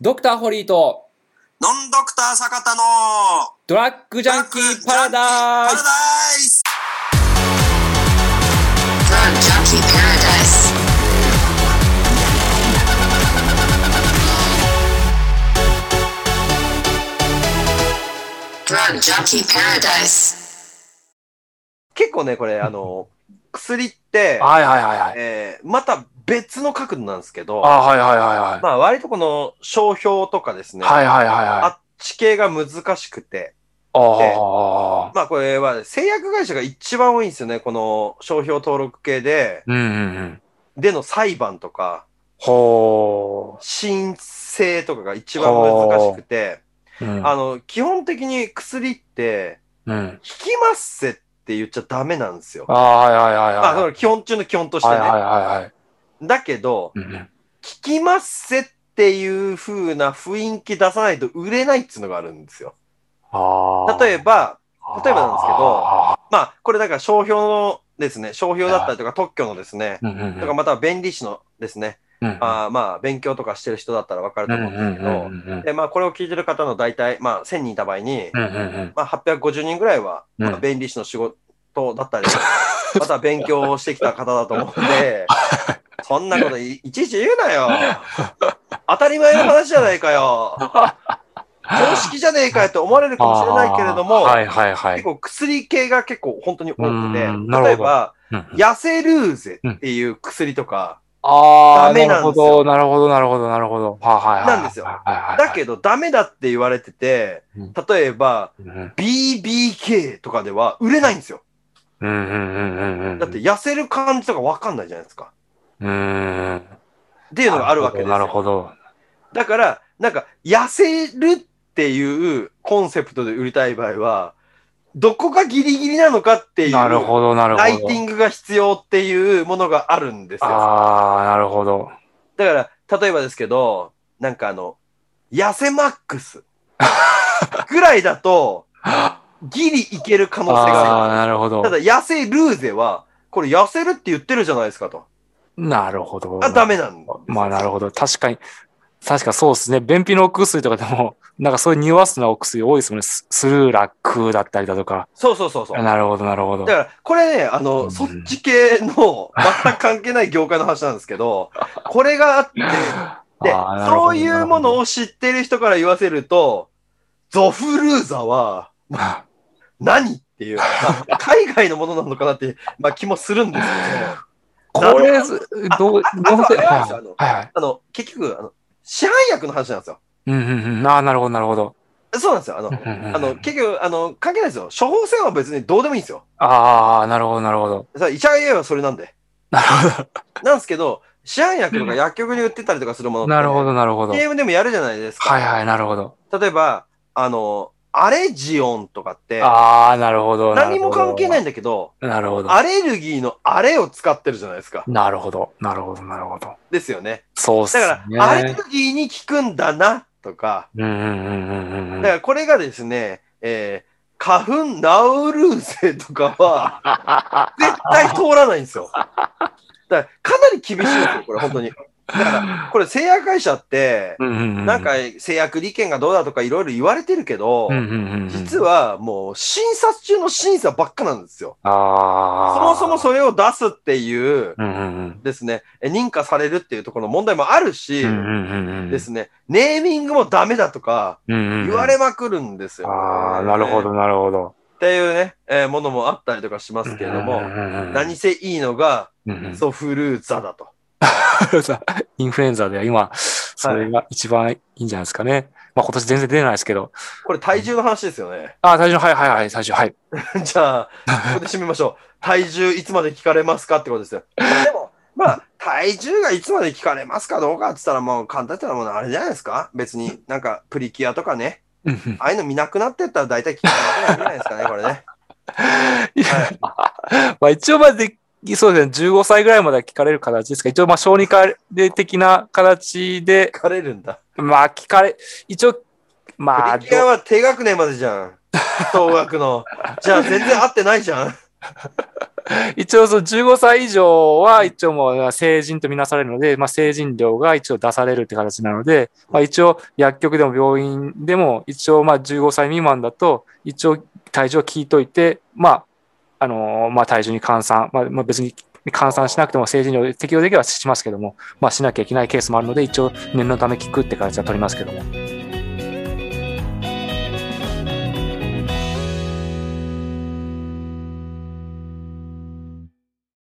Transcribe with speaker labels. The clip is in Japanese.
Speaker 1: ドクターホリーと
Speaker 2: ノンドクター坂田の
Speaker 1: ドラッグジャンキーパラダイ
Speaker 2: パラ
Speaker 1: ス
Speaker 2: ダイス
Speaker 3: Drug Junkie Paradise.
Speaker 4: 結構ね、これ、あの、薬って、
Speaker 5: はいはいはいはい。
Speaker 4: えーまた別の角度なんですけど、
Speaker 5: あはいはいはいはい。
Speaker 4: まあ割とこの商標とかですね、
Speaker 5: はいはいはいはい。
Speaker 4: あっち系が難しくて、
Speaker 5: ああ。
Speaker 4: まあこれは製薬会社が一番多いんですよね、この商標登録系で、
Speaker 5: うんうんうん。
Speaker 4: での裁判とか、
Speaker 5: ほ
Speaker 4: 申請とかが一番難しくて、
Speaker 5: う。うん。
Speaker 4: あの、基本的に薬って、
Speaker 5: うん。
Speaker 4: 引きますせって言っちゃダメなんですよ。
Speaker 5: あはいはいはい
Speaker 4: まあ、だか
Speaker 5: は
Speaker 4: ら基本中の基本として
Speaker 5: い。は
Speaker 4: ね。
Speaker 5: いはいはいはい。
Speaker 4: だけど、
Speaker 5: うんうん
Speaker 4: 聞きますせっていう風な雰囲気出さないと売れないっていうのがあるんですよ。
Speaker 5: ああ。
Speaker 4: 例えば、
Speaker 5: ば
Speaker 4: 例えばなんですけど
Speaker 5: あ
Speaker 4: まあ、これだから商標のですね、商標だったりとか特許のですね、
Speaker 5: ーうんうんうん。
Speaker 4: とかまたは弁理士のですね、
Speaker 5: うん
Speaker 4: あーまあ、勉強とかしてる人だったらわかる
Speaker 5: う
Speaker 4: と
Speaker 5: ん
Speaker 4: 思うん
Speaker 5: うん
Speaker 4: ですけ
Speaker 5: うん
Speaker 4: ど、
Speaker 5: うん
Speaker 4: で、まあ、これを聞いてる方の大体、まあ、1000人いた場合に、
Speaker 5: うんうんうん
Speaker 4: まあ、850人ぐらいは、
Speaker 5: うん
Speaker 4: まあ弁理士の仕事 だったり、または勉強をしてきた方だと思うんで、そんなこといいちいち言うなよ。当たり前の話じゃないかよ。常識じゃねえかよって思われるかもしれないけれども、
Speaker 5: あーはいはいはい。
Speaker 4: 結構薬系が結構本当に多くて、
Speaker 5: うんなるほど
Speaker 4: 例えば、
Speaker 5: うんうん
Speaker 4: 痩せるーゼっていう薬とか、
Speaker 5: ああ、
Speaker 4: ダメなんですよ
Speaker 5: なるほど、なるほど、なるほど、なるほど。はいはいはい。
Speaker 4: なんですよ
Speaker 5: はいはいはい、
Speaker 4: だけどダメだって言われてて
Speaker 5: うん、
Speaker 4: 例えば
Speaker 5: ど、うん
Speaker 4: BBK とかでは売れないんですよ。
Speaker 5: うんうんうんうん。
Speaker 4: だって、痩せる感じとかわかんないじゃないですか。
Speaker 5: うーん。っ
Speaker 4: ってい
Speaker 5: て
Speaker 4: うのがあるわけですよ。
Speaker 5: なるほど。
Speaker 4: だから、なんか、痩せるっていうコンセプトで売りたい場合は、どこがギリギリなのかっていう、
Speaker 5: なるほど、なるほど。
Speaker 4: ライティングが必要っていうものがあるんですよ。
Speaker 5: ああ、なるほど。
Speaker 4: だから、例えばですけど、なんかあの、痩せマックスぐらい だと、ギリいける可能性
Speaker 5: あ
Speaker 4: があ
Speaker 5: あ、なるほど
Speaker 4: る。た。だ、痩せルーゼは、これ痩せるって言ってるじゃないですかと。
Speaker 5: なるほど。
Speaker 4: あ、ダメなんです
Speaker 5: まあ、なるほど。確かに、確かそうですね。便秘のお薬とかでも、 なんかそういうニュアンスなお薬多いですもんね。ススルーラックだったりだとか。
Speaker 4: そうそうそうそう。
Speaker 5: なるほど、なるほど
Speaker 4: だ。から、これね、あの、
Speaker 5: うん
Speaker 4: そっち系の、全く関係ない業界の話なんですけ ど、これがあって、で
Speaker 5: あー、なるほど
Speaker 4: そういうものを知ってる人から言わせると、ゾフルーザは、何っていう、ま あ海外のものなのかなって、まあ、気もするんですけ
Speaker 5: こ
Speaker 4: ど、
Speaker 5: れ、どう、どうせ、
Speaker 4: ああ
Speaker 5: は
Speaker 4: とあれなんですよあ
Speaker 5: い
Speaker 4: の
Speaker 5: はいはい。
Speaker 4: あの、結局、あの、市販薬の話なんですよ。
Speaker 5: うんうんうん。ああ、なるほど、なるほど。
Speaker 4: そうなんですよ。あの、あ
Speaker 5: あ
Speaker 4: の、結局、あの、関係ないですよ。処方箋は別にどうでもいいんですよ。
Speaker 5: ああ、なるほど、なるほど。
Speaker 4: さ医者が言えばそれなんで。なんですけど、市販薬とか薬局に売ってたりとかするものって、
Speaker 5: なるほど、なるほど。
Speaker 4: ゲームでもやるじゃないですか。
Speaker 5: はいはい、なるほど。
Speaker 4: 例えば、あの、アレジオンとかって、
Speaker 5: ああ、なるほど。。
Speaker 4: 何も関係ないいんだけど、
Speaker 5: なるほど。
Speaker 4: アレルギーのアレを使ってるじゃないですか。
Speaker 5: なるほど、なるほど、なるほど。
Speaker 4: ですよね。
Speaker 5: そうっす
Speaker 4: だ
Speaker 5: ね。
Speaker 4: から、アレルギーに効くんだな、とか。
Speaker 5: うんうんうんうんうんう
Speaker 4: だ
Speaker 5: ん。
Speaker 4: から、これがですね、えー花粉ナウルーゼとかは、 絶対通らないんですよ。だから、かなり厳しいんですよ、これ、本当に。だから、これ、製薬会社って、
Speaker 5: うんうんうん
Speaker 4: なんか、製薬利権がどうだとかいろいろ言われてるけど、
Speaker 5: うんうんうんうん、
Speaker 4: 実はもう診察中の審査ばっかなんですよ。
Speaker 5: あ
Speaker 4: そ
Speaker 5: あ。
Speaker 4: もそもそれを出すっていう
Speaker 5: うんうんうん。
Speaker 4: ですね、え認可されるっていうところの問題もあるし、
Speaker 5: うんうんうんうん。
Speaker 4: ですね、ネーミングもダメだとか
Speaker 5: 言
Speaker 4: 言われまくるんですよ、
Speaker 5: ああ、なるほど、なるほど。
Speaker 4: っていうね、えーものもあったりとかしますけれども、
Speaker 5: うんうんうん、
Speaker 4: 何せいいのが
Speaker 5: うんうん
Speaker 4: ソフルーザだと。
Speaker 5: インフルエンザで今、それが一番いいんじゃないですかね。まあ今年全然出ないですけど。
Speaker 4: これ体重の話ですよね。
Speaker 5: ああ、最初の、はいはいはい、最初、はい。
Speaker 4: じゃあ、ここで締めましょう。体重いつまで聞かれますかってことですよ。でも、まあ、体重がいつまで聞かれますかどうかって言ったらもう簡単ってのはもうあれじゃないですか別になんかプリキュアとかね、
Speaker 5: うんうん
Speaker 4: ああいうの見なくなってったら大体聞かれなくなるんじゃないですかね、これね。
Speaker 5: いやまあ一応まあでき、そうですね、15歳ぐらいまでは聞かれる形ですか。一応まあ小児科で的な形で、
Speaker 4: 聞かれるんだ。
Speaker 5: まあ聞かれ、一応、まあ
Speaker 4: プリキュアは 低学年までじゃん。小学の。じゃあ全然合ってないじゃん。
Speaker 5: 一応その15歳以上は一応もう成人とみなされるので、まあ、成人料が一応出されるって形なので、まあ、一応薬局でも病院でも一応まあ15歳未満だと一応体重を聞いといて、まああのーまあ、体重に換算、まあ、まあ別に換算しなくても成人料適用できればしますけども、まあ、しなきゃいけないケースもあるので一応念のため聞くって形は取りますけども。